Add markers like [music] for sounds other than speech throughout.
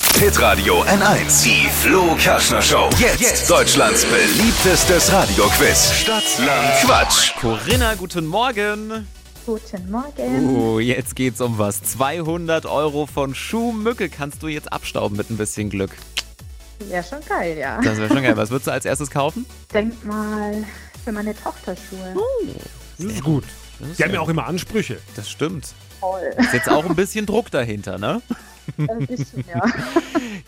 Hitradio N1. Die Flo Kaschner Show. Jetzt, Deutschlands beliebtestes Radioquiz. Stadt, Land, Quatsch. Corinna, guten Morgen. Guten Morgen. Oh, jetzt geht's um was. 200 Euro von Schuhmücke kannst du jetzt abstauben mit ein bisschen Glück. Wäre schon geil, ja. Das wäre schon geil. Was würdest du als erstes kaufen? Denk mal für meine Tochter Schuhe. Das ist gut. Hm? Die haben ja auch immer Ansprüche. Das stimmt. Toll. Ist jetzt auch ein bisschen Druck dahinter, ne? Ein bisschen, ja.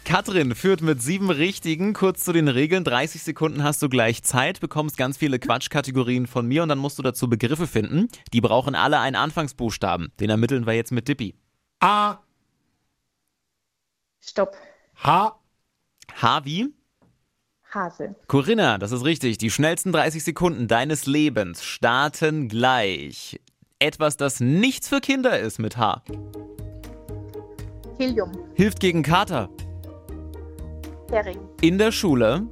Katrin führt mit sieben Richtigen. Kurz zu den Regeln. 30 Sekunden hast du gleich Zeit, bekommst ganz viele Quatschkategorien von mir und dann musst du dazu Begriffe finden. Die brauchen alle einen Anfangsbuchstaben. Den ermitteln wir jetzt mit Dippi. A, Stopp. H, H wie? Hase. Corinna, das ist richtig. Die schnellsten 30 Sekunden deines Lebens starten gleich. Etwas, das nichts für Kinder ist mit H. Helium. Hilft gegen Kater. Hering. In der Schule.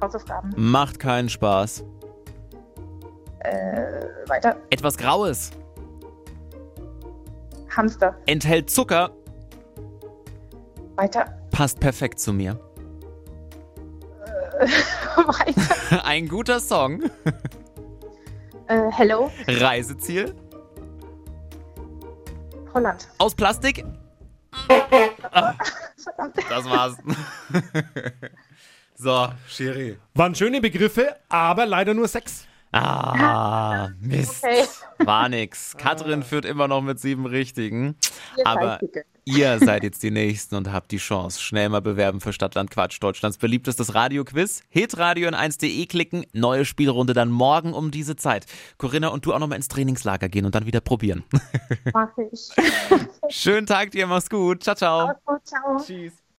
Hausaufgaben. Macht keinen Spaß. Äh, weiter. Etwas Graues. Hamster. Enthält Zucker. Weiter. [laughs] Passt perfekt zu mir. [laughs] weiter. Ein guter Song. Äh, hello. Reiseziel. Holland. Aus Plastik. Verdammt. Das war's. [laughs] so, Schiri. waren schöne Begriffe, aber leider nur sechs. Ah, Mist. Okay. War nix. Katrin führt immer noch mit sieben Richtigen. Ah. Ihr Aber seid gegönnt. ihr seid jetzt die Nächsten und habt die Chance. Schnell mal bewerben für Stadtland Quatsch, Deutschlands beliebtestes Radioquiz. Hitradio in 1.de klicken, neue Spielrunde dann morgen um diese Zeit. Corinna und du auch nochmal ins Trainingslager gehen und dann wieder [laughs] probieren. Mach ich. Schönen Tag dir, mach's gut. Ciao, ciao. Ciao. Tschüss.